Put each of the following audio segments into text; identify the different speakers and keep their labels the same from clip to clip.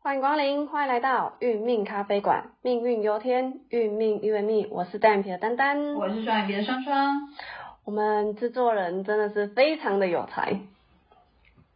Speaker 1: 欢迎光临，欢迎来到运命咖啡馆，命运由天，运命由命。我是单眼皮的丹丹，
Speaker 2: 我是双眼皮的双双，
Speaker 1: 我们制作人真的是非常的有才，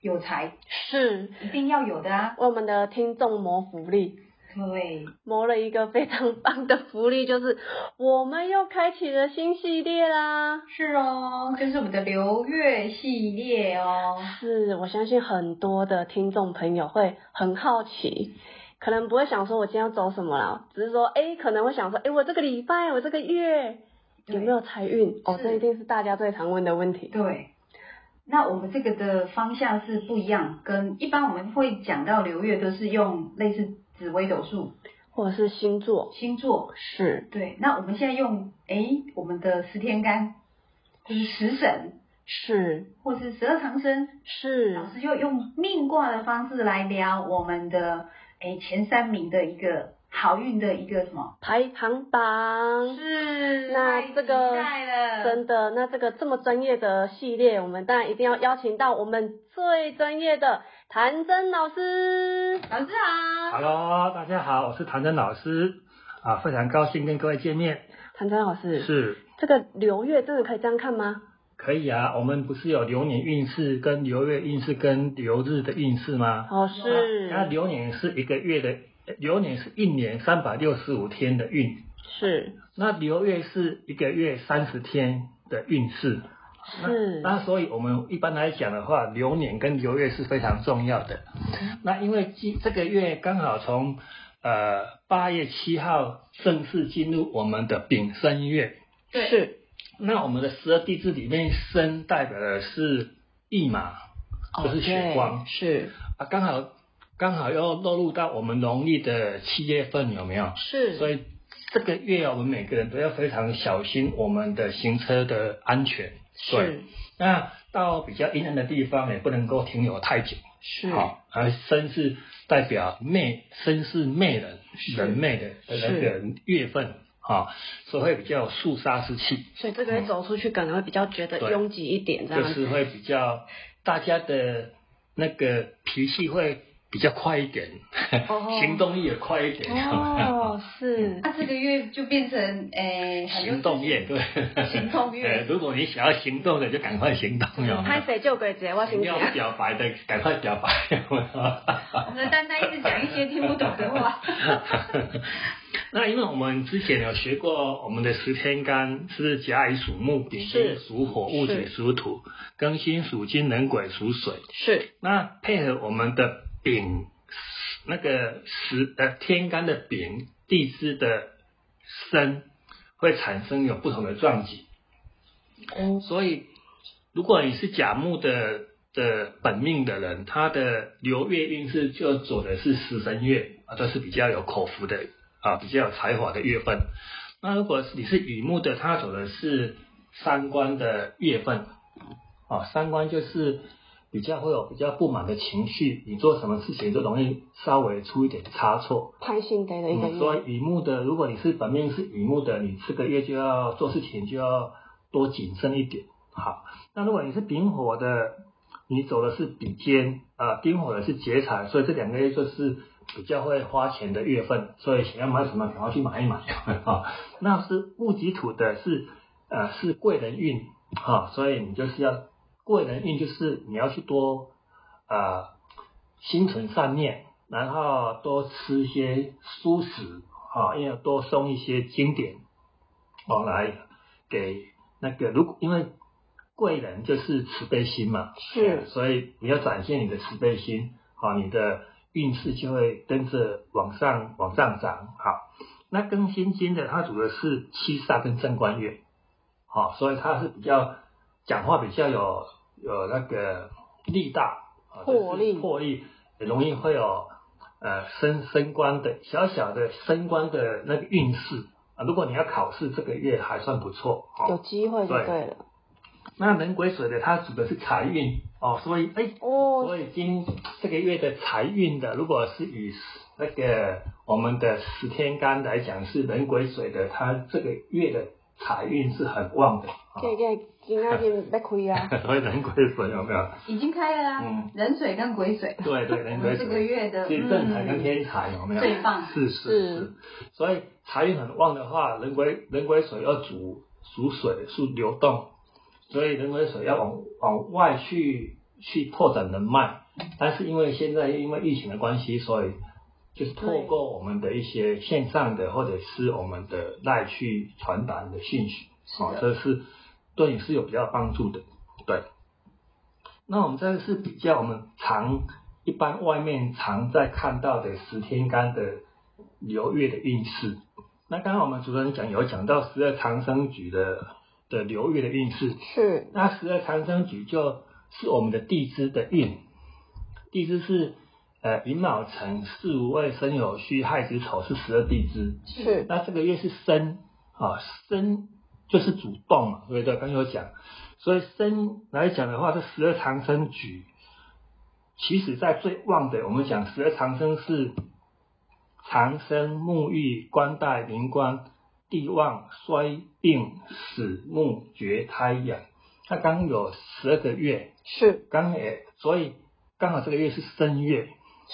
Speaker 2: 有才
Speaker 1: 是
Speaker 2: 一定要有的啊！
Speaker 1: 为我们的听众谋福利，
Speaker 2: 对，
Speaker 1: 谋了一个非常棒的福利，就是我们又开启了新系列啦。
Speaker 2: 是哦，这是我们的流月系列哦。
Speaker 1: 是我相信很多的听众朋友会很好奇，可能不会想说我今天要走什么啦，只是说哎、诶可能会想说哎、诶我这个礼拜我这个月有没有财运？哦，
Speaker 2: 是
Speaker 1: 这一定是大家最常问的问题。
Speaker 2: 对，那我们这个的方向是不一样，跟一般我们会讲到流月都是用类似紫微斗数、
Speaker 1: 或者是星座，
Speaker 2: 星座。
Speaker 1: 是
Speaker 2: 对，那我们现在用诶我们的十天干，就是食神
Speaker 1: 是
Speaker 2: 或是十二长生，
Speaker 1: 是
Speaker 2: 老师就用命卦的方式来聊我们的诶前三名的一个好运的一个什么？
Speaker 1: 排行榜。
Speaker 2: 是
Speaker 1: 那
Speaker 2: 太
Speaker 1: 这个
Speaker 2: 期待了
Speaker 1: 真的，那这个这么专业的系列，我们当然一定要邀请到我们最专业的谭真老师。
Speaker 2: 老师好，
Speaker 3: Hello，大家好，我是唐真老师啊，非常高兴跟各位见面。
Speaker 1: 谭真老师，
Speaker 3: 是，
Speaker 1: 这个流月真的可以这样看吗？
Speaker 3: 可以啊，我们不是有流年运势、跟流月运势、跟流日的运势吗？
Speaker 1: 哦，
Speaker 3: 那
Speaker 1: 是
Speaker 3: 流年是一个月的，流年是一年三百六十五天的运，
Speaker 1: 是
Speaker 3: 那流月是一个月三十天的运势。
Speaker 1: 是
Speaker 3: 那所以我们一般来讲的话，流年跟流月是非常重要的。
Speaker 1: 嗯
Speaker 3: 那因为今这个月刚好从呃八月七号正式进入我们的丙申月，
Speaker 2: 对
Speaker 1: 是
Speaker 3: 那我们的十二地支里面，申代表的是驿马，就是血光、
Speaker 1: 哦对是
Speaker 3: 啊，刚好刚好又落入到我们农历的七月份，有没有？
Speaker 1: 是
Speaker 3: 所以这个月啊我们每个人都要非常小心我们的行车的安全。对，
Speaker 1: 是
Speaker 3: 那到比较阴暗的地方也不能够停留太久。
Speaker 1: 是
Speaker 3: 好，而生是代表媚，生是媚人，人媚的那个月份啊，所以会比较有肃杀之气，
Speaker 1: 所以这个
Speaker 3: 嗯
Speaker 1: 走出去可能会比较觉得
Speaker 3: 对
Speaker 1: 拥挤一点，这
Speaker 3: 就
Speaker 1: 样
Speaker 3: 是
Speaker 1: 子
Speaker 3: 会比较大家的那个脾气会比较快一点，
Speaker 1: 哦
Speaker 3: 行动力也快一点，
Speaker 1: 哦，
Speaker 3: 嗯
Speaker 1: 是
Speaker 2: 那这个月就变成诶、很
Speaker 3: 行动月对，
Speaker 2: 行动月
Speaker 3: 哎如果你想要行动的，就赶快行动有没
Speaker 1: 拍啊谁救鬼节，我
Speaker 3: 有？
Speaker 1: 心
Speaker 3: 你要
Speaker 1: 想
Speaker 3: 表白的，赶快表白。有没有
Speaker 2: 我们的丹丹一直讲一些听不懂的话，
Speaker 3: 那因为我们之前有学过，我们的十天干是甲乙属木，丙
Speaker 1: 是
Speaker 3: 辛属火，戊己
Speaker 1: 是
Speaker 3: 属土，庚辛属金，壬癸属水。
Speaker 1: 是
Speaker 3: 那配合我们的丙那个十呃天干的丙地支的申，会产生有不同的撞击。
Speaker 1: 哦
Speaker 3: 所以，如果你是甲木的的本命的人，他的流月运势就走的是食神月啊，都是比较有口福的啊，比较有才华的月份。那如果你是乙木的，他走的是三官的月份啊，三官就是比较会有比较不满的情绪，你做什么事情都容易稍微出一点差错。
Speaker 1: 贪心贼的一个
Speaker 3: 嗯，所
Speaker 1: 月，
Speaker 3: 以乙木的，如果你是本命是乙木的，你这个月就要做事情就要多谨慎一点。好，那如果你是丙火的，你走的是比肩，呃，丁火的是劫财，所以这两个月就是比较会花钱的月份，所以想要买什么赶快去买一买 啊。那是戊己土的是呃是贵人运啊，所以你就是要贵人运就是你要去多呃心存善念，然后多吃一些蔬食啊，要多送一些经典哦来给那个如果因为贵人就是慈悲心嘛，哎
Speaker 1: 是
Speaker 3: 所以你要展现你的慈悲心，好，你的运势就会跟着往上往上涨。好，那庚辛金的它主的是七煞跟正官月，好，所以它是比较讲话比较有有那个力大，啊就是
Speaker 1: 魄力
Speaker 3: 魄力也容易会有呃升升官的小小的升官的那个运势。啊，如果你要考试，这个月还算不错。好
Speaker 1: 有机会就对了
Speaker 3: 那人癸水的，它主的是财运哦，所以哎、
Speaker 1: 哦，
Speaker 3: 所以今这个月的财运的，如果是以那个我们的十天干来讲，是人癸水的，它这个月的财运是很旺的。啊
Speaker 1: 这个今仔日要开啊，
Speaker 3: 所以人鬼水有没有？
Speaker 2: 已经开了啊
Speaker 3: 嗯，
Speaker 2: 人水跟鬼水，
Speaker 3: 对对，人
Speaker 2: 我
Speaker 3: 鬼
Speaker 2: 们这个
Speaker 3: 水。
Speaker 2: 月的
Speaker 3: 是正财跟
Speaker 2: 嗯
Speaker 3: 天财有没有？
Speaker 2: 最棒
Speaker 3: 是是是，所以财运很旺的话，人癸人癸水要主属水，属流动，所以人癸水要往往外去去拓展人脉。但是因为现在因为疫情的关系，所以就是透过我们的一些线上的或者是我们的赖去传达你的讯息，
Speaker 2: 是
Speaker 3: 哦，
Speaker 2: 的，
Speaker 3: 这是对你是有比较帮助的。对，那我们这个是比较我们常一般外面常在看到的十天干的流月的运势。那刚刚我们主任讲有讲到十二长生局的的流月的运势，
Speaker 1: 是
Speaker 3: 那十二长生局就是我们的地支的运，地支是呃寅卯辰巳午未申酉戌亥子丑是十二地支，
Speaker 1: 是
Speaker 3: 那这个月是申啊，申就是主动嘛，对不对？刚才有讲，所以申来讲的话，这十二长生局，其实在最旺的，我们讲十二长生是长生、沐浴、官带、灵官、地旺、衰病、死木、绝胎养。它刚有十二个月，
Speaker 1: 是
Speaker 3: 刚也所以刚好这个月是申月，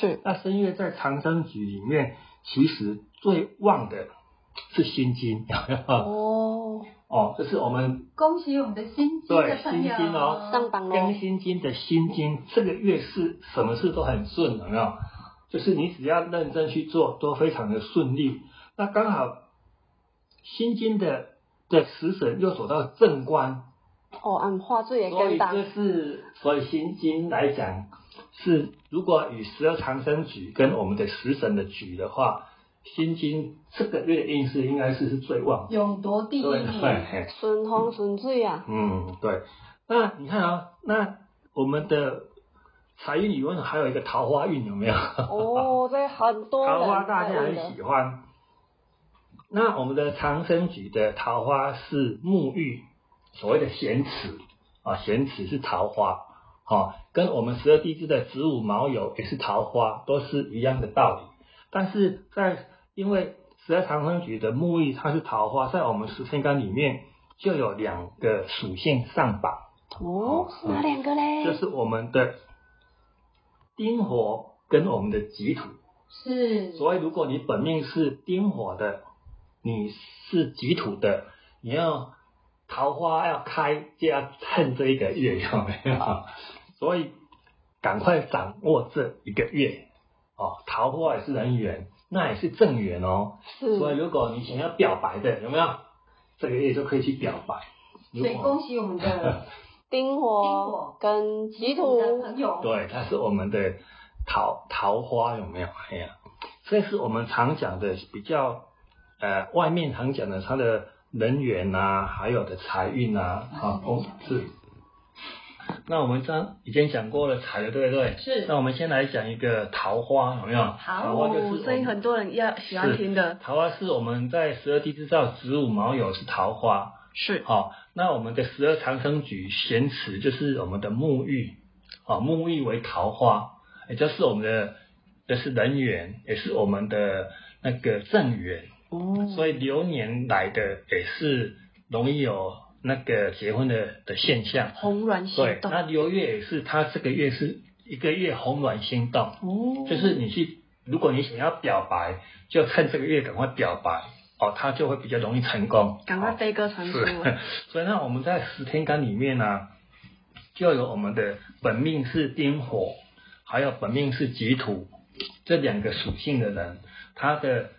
Speaker 1: 是
Speaker 3: 那声乐在长生局里面，其实最旺的是心经，
Speaker 1: 哦，
Speaker 3: 哦，这是我们
Speaker 2: 恭喜我们的新金的
Speaker 3: 对
Speaker 2: 朋友
Speaker 3: 新金哦
Speaker 1: 上榜喽，
Speaker 3: 跟心经的心经，这个月是什么事都很顺，有没有？就是你只要认真去做，都非常的顺利。那刚好心经的的食神又走到正官，
Speaker 1: 哦，俺画质也
Speaker 3: 所
Speaker 1: 跟
Speaker 3: 以
Speaker 1: 档
Speaker 3: 这是，所以心经来讲是，如果与十二长生局跟我们的食神的局的话，心经这个月的运势应该是是最旺的。
Speaker 2: 勇夺第一
Speaker 3: 对对，
Speaker 2: 名，
Speaker 3: 嘿
Speaker 1: 顺风顺水啊，
Speaker 3: 嗯对。那你看啊、那我们的财运里面还有一个桃花运有没有？
Speaker 1: 哦，这很多人
Speaker 3: 桃花大
Speaker 1: 在
Speaker 3: 家
Speaker 1: 问
Speaker 3: 很
Speaker 1: 的
Speaker 3: 喜欢。那我们的长生局的桃花是沐浴，所谓的咸池啊，咸池是桃花啊，跟我们十二地支的子午卯酉也是桃花，都是一样的道理。但是在因为十二长生局的沐浴它是桃花，在我们十天干里面就有两个属性上榜，
Speaker 1: 哦，是哪两个嘞？
Speaker 3: 就是我们的丁火跟我们的己土。
Speaker 2: 是
Speaker 3: 所以，如果你本命是丁火的，你是己土的，你要桃花要开，就要趁这一个月，有没有？ 所以，赶快掌握这一个月哦。桃花也是人缘，那也是正缘哦。所以，
Speaker 1: 是
Speaker 3: 如果你想要表白的，有没有？这个月就可以去表白。如
Speaker 2: 所以
Speaker 3: 果
Speaker 2: 恭喜我们的
Speaker 1: 丁
Speaker 2: 丁
Speaker 1: 火
Speaker 2: 火
Speaker 1: 跟己
Speaker 2: 我
Speaker 1: 土
Speaker 2: 们的朋友，
Speaker 3: 对，它是我们的桃桃花有没有？哎呀、这是我们常讲的比较，呃，外面常讲的它的人缘呐、还有的财运呐、啊，哦，是。那我们刚已经讲过了财了，对不对？
Speaker 2: 是
Speaker 3: 那我们先来讲一个桃花，有没有？桃花就是我
Speaker 1: 哦，
Speaker 3: 们
Speaker 1: 所以很多人要喜欢听的
Speaker 3: 桃花是我们在十二地支造子午卯酉是桃花，
Speaker 1: 是
Speaker 3: 好、那我们的十二长生局咸池就是我们的沐浴，啊、沐浴为桃花，也就是我们的，这是人缘，也是我们的那个正缘，
Speaker 1: 哦，
Speaker 3: 所以流年来的也是容易有那个结婚的的现象。
Speaker 1: 红鸾
Speaker 3: 对
Speaker 1: 心，动
Speaker 3: 那流月也是，它这个月是一个月红鸾心动，
Speaker 1: 哦，
Speaker 3: 就是你去，如果你想要表白，就趁这个月赶快表白哦，它就会比较容易成功。
Speaker 1: 赶快
Speaker 3: 哦
Speaker 1: 飞鸽传书啊
Speaker 3: 是， 所以呢，我们在十天干里面呢、就有我们的本命是丁火，还有本命是己土这两个属性的人，他的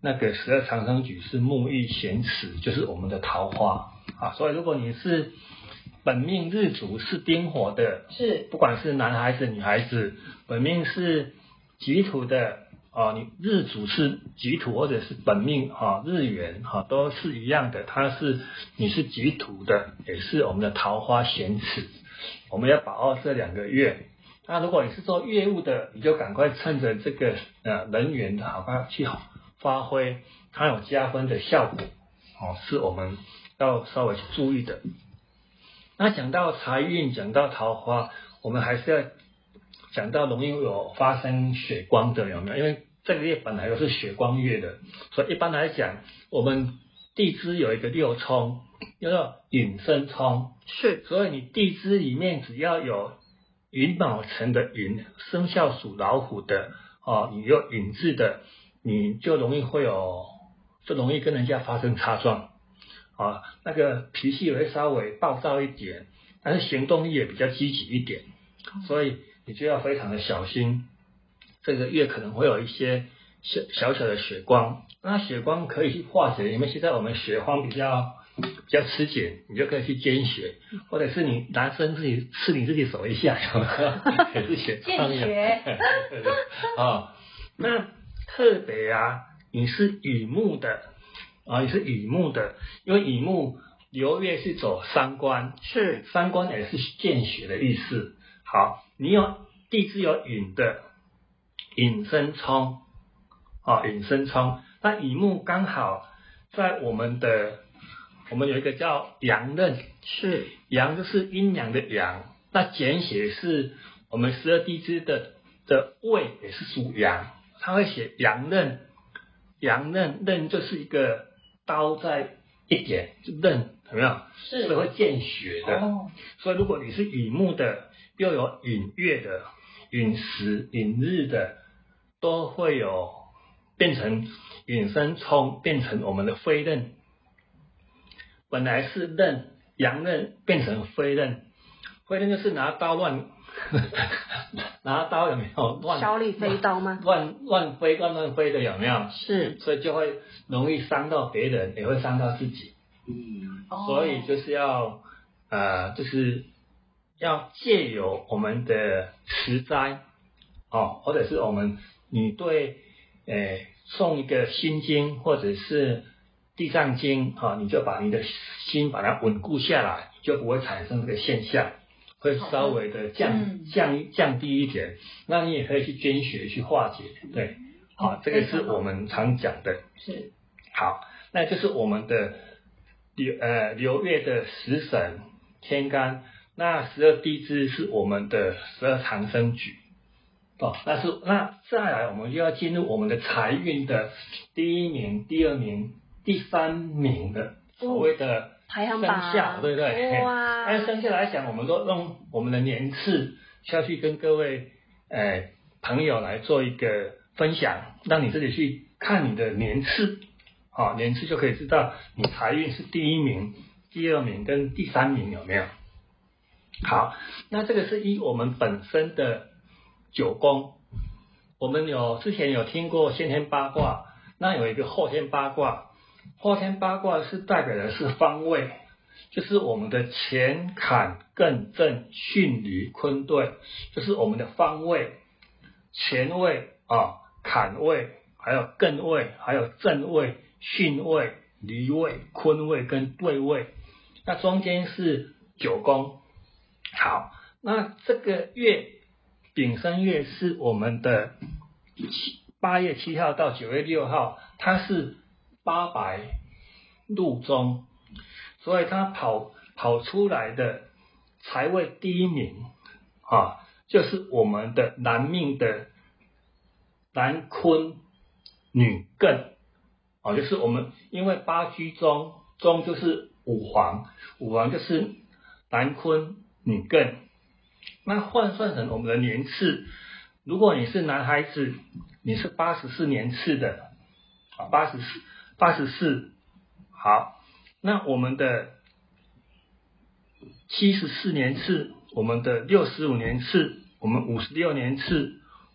Speaker 3: 那个十二长生局是沐浴咸池，就是我们的桃花啊。所以如果你是本命日主是丁火的，
Speaker 2: 是
Speaker 3: 不管是男孩子、女孩子，本命是己土的啊，你日主是己土或者是本命啊，日元啊，都是一样的。它是你是己土的，也是我们的桃花咸池。我们要把握这两个月。那如果你是做业务的，你就赶快趁着这个呃人员的好快去发挥，它有加分的效果哦，是我们要稍微去注意的。那讲到财运，讲到桃花，我们还是要讲到容易有发生血光的有没有？因为这个月本来都是血光月的，所以一般来讲，我们地支有一个六冲，叫做引申冲，
Speaker 4: 是
Speaker 3: 所以你地支里面只要有寅卯辰的寅，生肖属老虎的哦，你有寅字的，你就容易会有，就容易跟人家发生擦撞啊，那个脾气会稍微暴躁一点，但是行动力也比较积极一点，所以你就要非常的小心，这个月可能会有一些小小小的血光，那血光可以去化解，因为现在我们血荒比较比较吃紧，你就可以去捐血，或者是你拿针自己刺你自己手一下，有没有也是血
Speaker 2: 见
Speaker 3: 光呀。
Speaker 2: 血，
Speaker 3: 啊、那特别啊，你是乙木的啊，你是乙木的，因为乙木流月是走三官，
Speaker 4: 是
Speaker 3: 三官也是见血的意思。好，你有地支有寅的，寅申冲，啊、寅申冲，那乙木刚好在我们的，我们有一个叫阳刃，
Speaker 4: 是
Speaker 3: 阳就是阴阳的阳，那简写是我们十二地支的的胃也是属阳，它会写阳刃，阳刃刃就是一个刀在一点就刃，有没有？所以
Speaker 2: 是
Speaker 3: 会见血的。
Speaker 2: 哦，
Speaker 3: 所以如果你是乙木的，又有寅月的、寅时、寅日的，都会有变成寅申冲，变成我们的飞刃。本来是刃，阳刃变成飞刃，飞刃就是拿刀乱， 拿刀有没有乱
Speaker 1: 小李飞刀吗？
Speaker 3: 乱乱飞乱乱飞的有没有？
Speaker 4: 是
Speaker 3: 所以就会容易伤到别人，也会伤到自己。
Speaker 2: 哦
Speaker 3: 所以就是要呃，就是要借由我们的持斋哦，或者是我们你对呃送一个心经或者是地藏经啊、哦，你就把你的心把它稳固下来，就不会产生这个现象，会稍微的降、
Speaker 2: 嗯
Speaker 3: 降降低一点。那你也可以去捐血去化解，对，好、
Speaker 2: 哦
Speaker 3: 这个
Speaker 2: 非常
Speaker 3: 是
Speaker 2: 好
Speaker 3: 我们常讲的。
Speaker 2: 是
Speaker 3: 好，那就是我们的流呃流月的食神天干，那十二地支是我们的十二长生局。哦，那是那再来，我们就要进入我们的财运的第一名、第二名、第三名的所谓的
Speaker 1: 哦排行
Speaker 3: 生
Speaker 1: 榜啊
Speaker 3: 肖，对不对？嘿
Speaker 1: 哇，
Speaker 3: 按生肖来讲，我们都用我们的年次下去跟各位呃朋友来做一个分享，让你自己去看你的年次，啊、年次就可以知道你财运是第一名、第二名跟第三名有没有？好，那这个是依我们本身的九宫，我们有之前有听过先天八卦，那有一个后天八卦，后天八卦是代表的是方位，就是我们的乾坎艮震巽履坤兑，就是我们的方位、乾位啊、坎位，还有艮位，还有震位、巽位、离位、坤位跟兑位，那中间是九宫。好，那这个月丙申月是我们的八月七号到九月六号，它是八百路中，所以它跑跑出来的财位第一名啊，就是我们的男命的男坤女艮啊，就是我们因为八居中中就是五黄，五黄就是男坤女艮，那换算成我们的年次，如果你是男孩子，你是八十四年次的，啊，八十四，八十四，好，那我们的七十四年次，我们的六十五年次，我们五十六年次，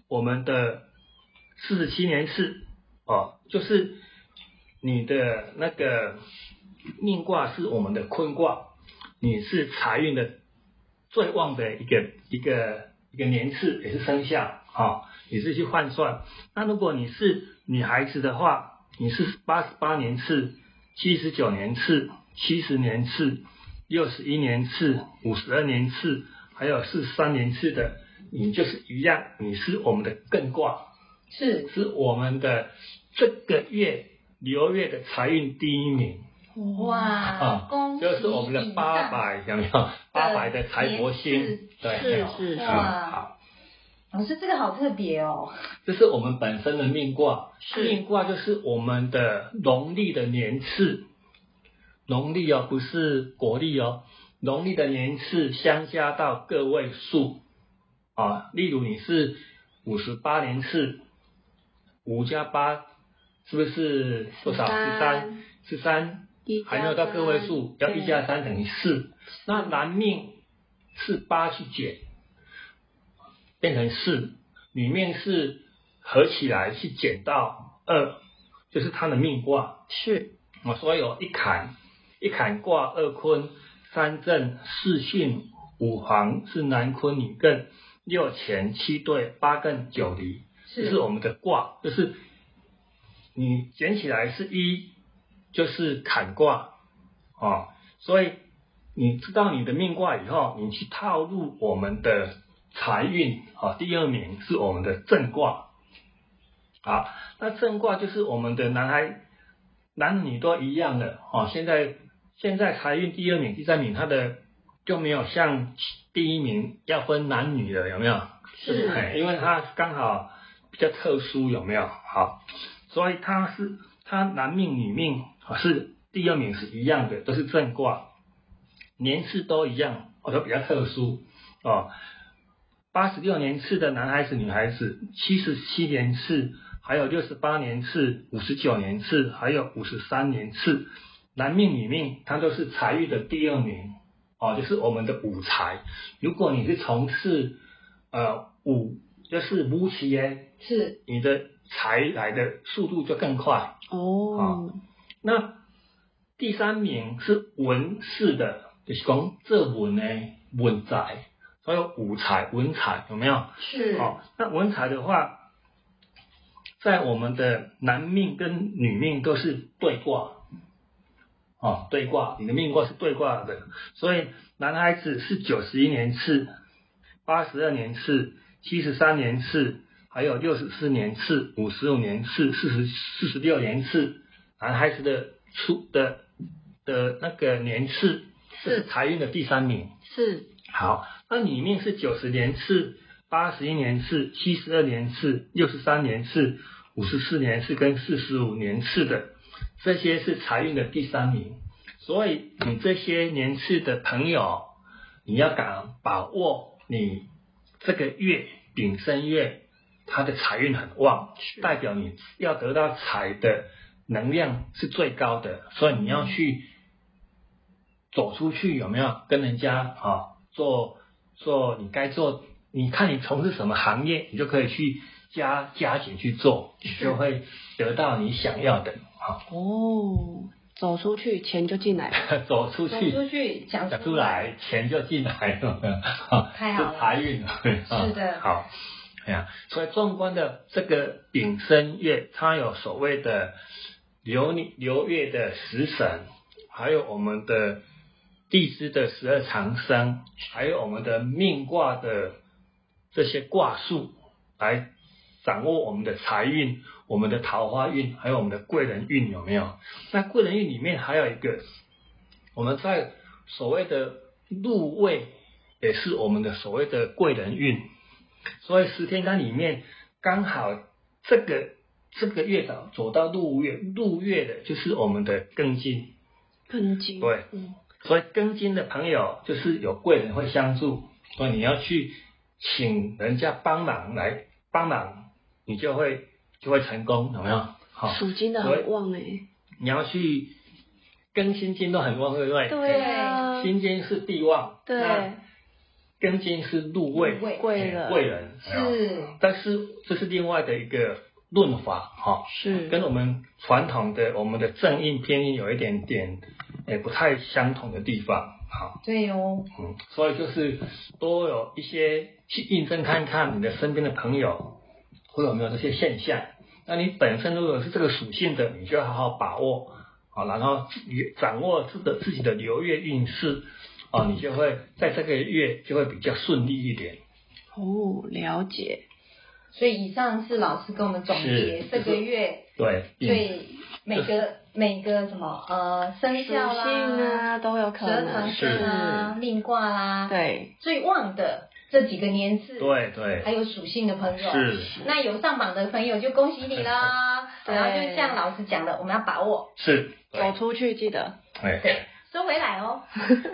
Speaker 3: 我们的四十七年次，哦，就是你的那个命卦是我们的坤卦，你是财运的最旺的一个一个一个年次，也是生肖啊、哦，你是去换算。那如果你是女孩子的话，你是八十八年次、七十九年次、七十年次、六十一年次、五十二年次，还有四十三年次的，你就是一样，你是我们的艮卦，
Speaker 2: 是
Speaker 3: 是我们的这个月流月的财运第一名。
Speaker 2: 哇
Speaker 3: 啊，
Speaker 2: 恭喜
Speaker 3: 就是我们的八百有没有？八百的财帛
Speaker 2: 是
Speaker 3: 星，对，
Speaker 4: 是
Speaker 2: 以
Speaker 4: 是是，
Speaker 2: 上
Speaker 3: 嗯，
Speaker 2: 哇，
Speaker 3: 好，
Speaker 2: 老师这个好特别哦，
Speaker 3: 这是我们本身的命卦，
Speaker 4: 是
Speaker 3: 命卦就是我们的农历的年次，农历哦，不是国历哦，农历的年次相加到个位数啊。例如你是五十八年次，五加八是不是多少？十
Speaker 1: 13
Speaker 3: 三，十三
Speaker 1: 一加
Speaker 3: 还没有到个位数，要
Speaker 1: 三
Speaker 3: 一加三等于四。那男命是八去减，变成四，女命是合起来去减到二，就是他的命卦。
Speaker 1: 是
Speaker 3: 我所有一坎，一坎卦二坤，三震四巽五黄是男坤女艮，六乾七兑八艮九离，这是我们的卦，就是你捡起来是一，就是坎卦啊、哦所以你知道你的命卦以后，你去套入我们的财运啊、哦第二名是我们的正卦。好，那正卦就是我们的男孩男女都一样的哦。现在现在财运第二名、第三名，它的就没有像第一名要分男女了，有没有？
Speaker 2: 是
Speaker 3: 哎因为它刚好比较特殊，有没有？好，所以它是它男命女命哦是第二名是一样的，都是正卦，年次都一样，哦，都比较特殊哦。八十六年次的男孩子、女孩子，七十七年次，还有六十八年次、五十九年次，还有五十三年次，男命、女命，它都是财运的第二名哦，就是我们的五财。如果你是从事呃五，就是五企业，
Speaker 2: 是
Speaker 3: 你的财来的速度就更快。
Speaker 1: 哦，
Speaker 3: 那第三名是文士的，就是讲这文呢文财，还有武财、文财有没有？
Speaker 2: 是
Speaker 3: 哦，那文采的话，在我们的男命跟女命都是对卦，哦，对卦，你的命卦是对卦的，所以男孩子是九十一年次、八十二年次、七十三年次，还有六十四年次、五十五年次、四十四十六年次，男孩子的出的的那个年次，这是财运的第三名。
Speaker 1: 是
Speaker 3: 好，那里面是九十年次、八十一年次、七十二年次、六十三年次、五十四年次跟四十五年次的，这些是财运的第三名。所以你这些年次的朋友，你要敢把握你这个月丙申月，它的财运很旺，代表你要得到财的能量是最高的，所以你要去走出去，有没有跟人家啊做做你该做？你看你从事什么行业，你就可以去加加紧去做，你就会得到你想要的。好，
Speaker 1: 哦，走出去钱就进来了，
Speaker 3: 走出
Speaker 2: 走
Speaker 3: 去，
Speaker 2: 出去讲
Speaker 3: 讲出来，钱就进来了，
Speaker 2: 太好了
Speaker 3: 是财运了。
Speaker 2: 是的
Speaker 3: 好，哎呀，所以纵观的这个丙申月，它有所谓的流年流月的食神，还有我们的地支的十二长生，还有我们的命卦的这些卦数，来掌握我们的财运、我们的桃花运，还有我们的贵人运，有没有？那贵人运里面还有一个，我们在所谓的入位，也是我们的所谓的贵人运。所以十天干里面刚好这个这个月走走到入月，入月的就是我们的庚金。
Speaker 1: 更金
Speaker 3: 对
Speaker 1: 嗯，
Speaker 3: 所以庚金的朋友就是有贵人会相助，所以你要去请人家帮忙来帮忙，你就会就会成功，有没有？好、
Speaker 1: 属金的很旺哎，
Speaker 3: 你要去庚辛金都很旺，对不哎对？
Speaker 1: 对啊，
Speaker 3: 辛金是地旺，
Speaker 1: 对，
Speaker 3: 那庚金是入位，哎
Speaker 2: 入位
Speaker 1: 贵人
Speaker 3: 贵人有没有
Speaker 2: 是
Speaker 3: 但是这是另外的一个论法，哈、
Speaker 1: 是
Speaker 3: 跟我们传统的我们的正印偏印有一点点，诶、不太相同的地方，好。
Speaker 2: 对哦，
Speaker 3: 嗯，所以就是多有一些去印证看看你的身边的朋友会有没有这些现象。那你本身如果是这个属性的，你就要好好把握啊，然后自己掌握自的自己的流月运势啊，你就会在这个月就会比较顺利一点。
Speaker 1: 哦，了解，
Speaker 2: 所以以上是老师跟我们总结
Speaker 3: 是
Speaker 2: 这个月
Speaker 3: 对，嗯
Speaker 2: 对每个每个什么呃生
Speaker 1: 属性
Speaker 2: 肖啦、
Speaker 1: 啊都有
Speaker 2: 十
Speaker 1: 可
Speaker 2: 二长
Speaker 1: 能，
Speaker 2: 生啊、命卦啦，
Speaker 1: 对，
Speaker 2: 最旺的这几个年次，
Speaker 3: 对
Speaker 2: 还
Speaker 3: 对，
Speaker 2: 有属性的朋友，
Speaker 3: 是
Speaker 2: 那有上榜的朋友就恭喜 你啦。
Speaker 1: 对
Speaker 2: 然后就像老师讲的，我们要把握，
Speaker 3: 是，
Speaker 1: 走
Speaker 3: 对，
Speaker 1: 出去记得，
Speaker 3: 哦对
Speaker 2: 对，收回来哦。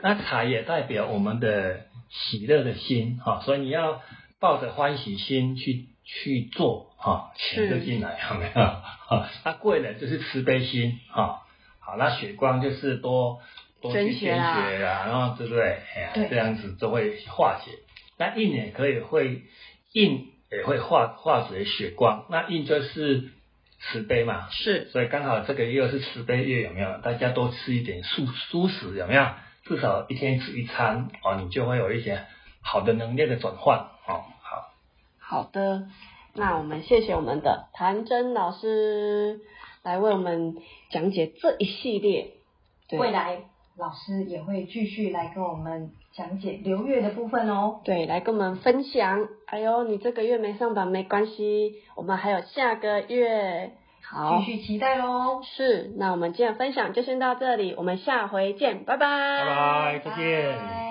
Speaker 3: 那财也代表我们的喜乐的心哈、所以你要抱着欢喜心去去做哈，钱就进来，有没有？哈，那贵人就是慈悲心哈，好，那血光就是多多去
Speaker 4: 捐
Speaker 3: 捐
Speaker 4: 血
Speaker 3: 血
Speaker 4: 啦
Speaker 3: 啊，然后对不对？哎呀
Speaker 2: 对
Speaker 3: 这样子就会化解。那印也可以会印也会化化解血光，那印就是慈悲嘛，
Speaker 4: 是
Speaker 3: 所以刚好这个月又是慈悲月，有没有？大家多吃一点素素食，有没有？至少一天吃一餐哦，你就会有一些好的能量的转换哦。好，
Speaker 1: 好的，那我们谢谢我们的谭真老师来为我们讲解这一系列。对
Speaker 2: 未来老师也会继续来跟我们讲解流月的部分哦。
Speaker 1: 对，来跟我们分享。哎呦，你这个月没上榜没关系，我们还有下个月。好
Speaker 2: 继，续期待哦喽。
Speaker 1: 是，那我们今天的分享就先到这里，我们下回见，拜拜。
Speaker 3: 拜拜，再见。
Speaker 2: 拜